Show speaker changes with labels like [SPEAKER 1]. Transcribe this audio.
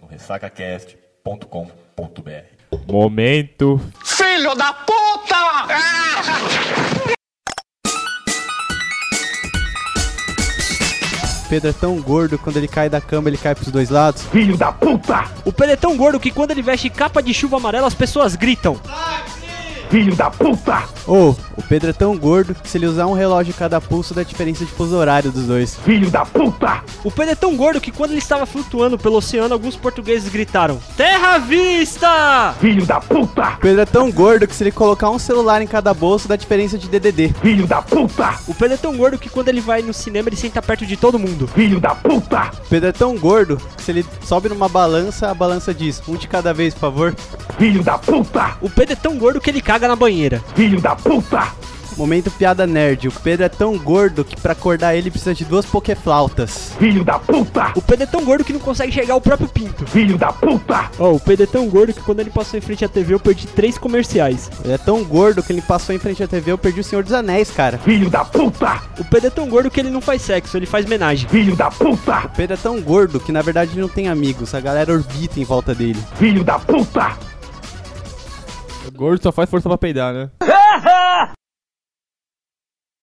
[SPEAKER 1] no ressacacast.com.br.
[SPEAKER 2] Momento.
[SPEAKER 3] Filho da puta!
[SPEAKER 4] Pedro é tão gordo, quando ele cai da cama, ele cai pros dois lados.
[SPEAKER 5] O Pedro é tão gordo que quando ele veste capa de chuva amarela, as pessoas gritam.
[SPEAKER 4] Ou, o Pedro é tão gordo que se ele usar um relógio em cada pulso, dá diferença de fuso horário dos dois.
[SPEAKER 5] O Pedro é tão gordo que quando ele estava flutuando pelo oceano, alguns portugueses gritaram: Terra à vista!
[SPEAKER 4] O Pedro é tão gordo que se ele colocar um celular em cada bolso, dá diferença de DDD.
[SPEAKER 5] O Pedro é tão gordo que quando ele vai no cinema, ele senta perto de todo mundo.
[SPEAKER 4] O Pedro é tão gordo que se ele sobe numa balança, a balança diz, um de cada vez, por favor.
[SPEAKER 5] O Pedro é tão gordo que ele caga na banheira.
[SPEAKER 4] Momento piada nerd. O Pedro é tão gordo que pra acordar ele precisa de duas pokéflautas.
[SPEAKER 5] O Pedro é tão gordo que não consegue chegar ao próprio pinto. Ó, o Pedro é tão gordo que quando ele passou em frente à TV, eu perdi três comerciais.
[SPEAKER 4] Ele é tão gordo que ele passou em frente à TV, eu perdi o Senhor dos Anéis, cara.
[SPEAKER 5] O Pedro é tão gordo que ele não faz sexo, ele faz homenagem.
[SPEAKER 4] O Pedro é tão gordo que na verdade ele não tem amigos, a galera orbita em volta dele.
[SPEAKER 2] O gordo só faz força pra peidar, né?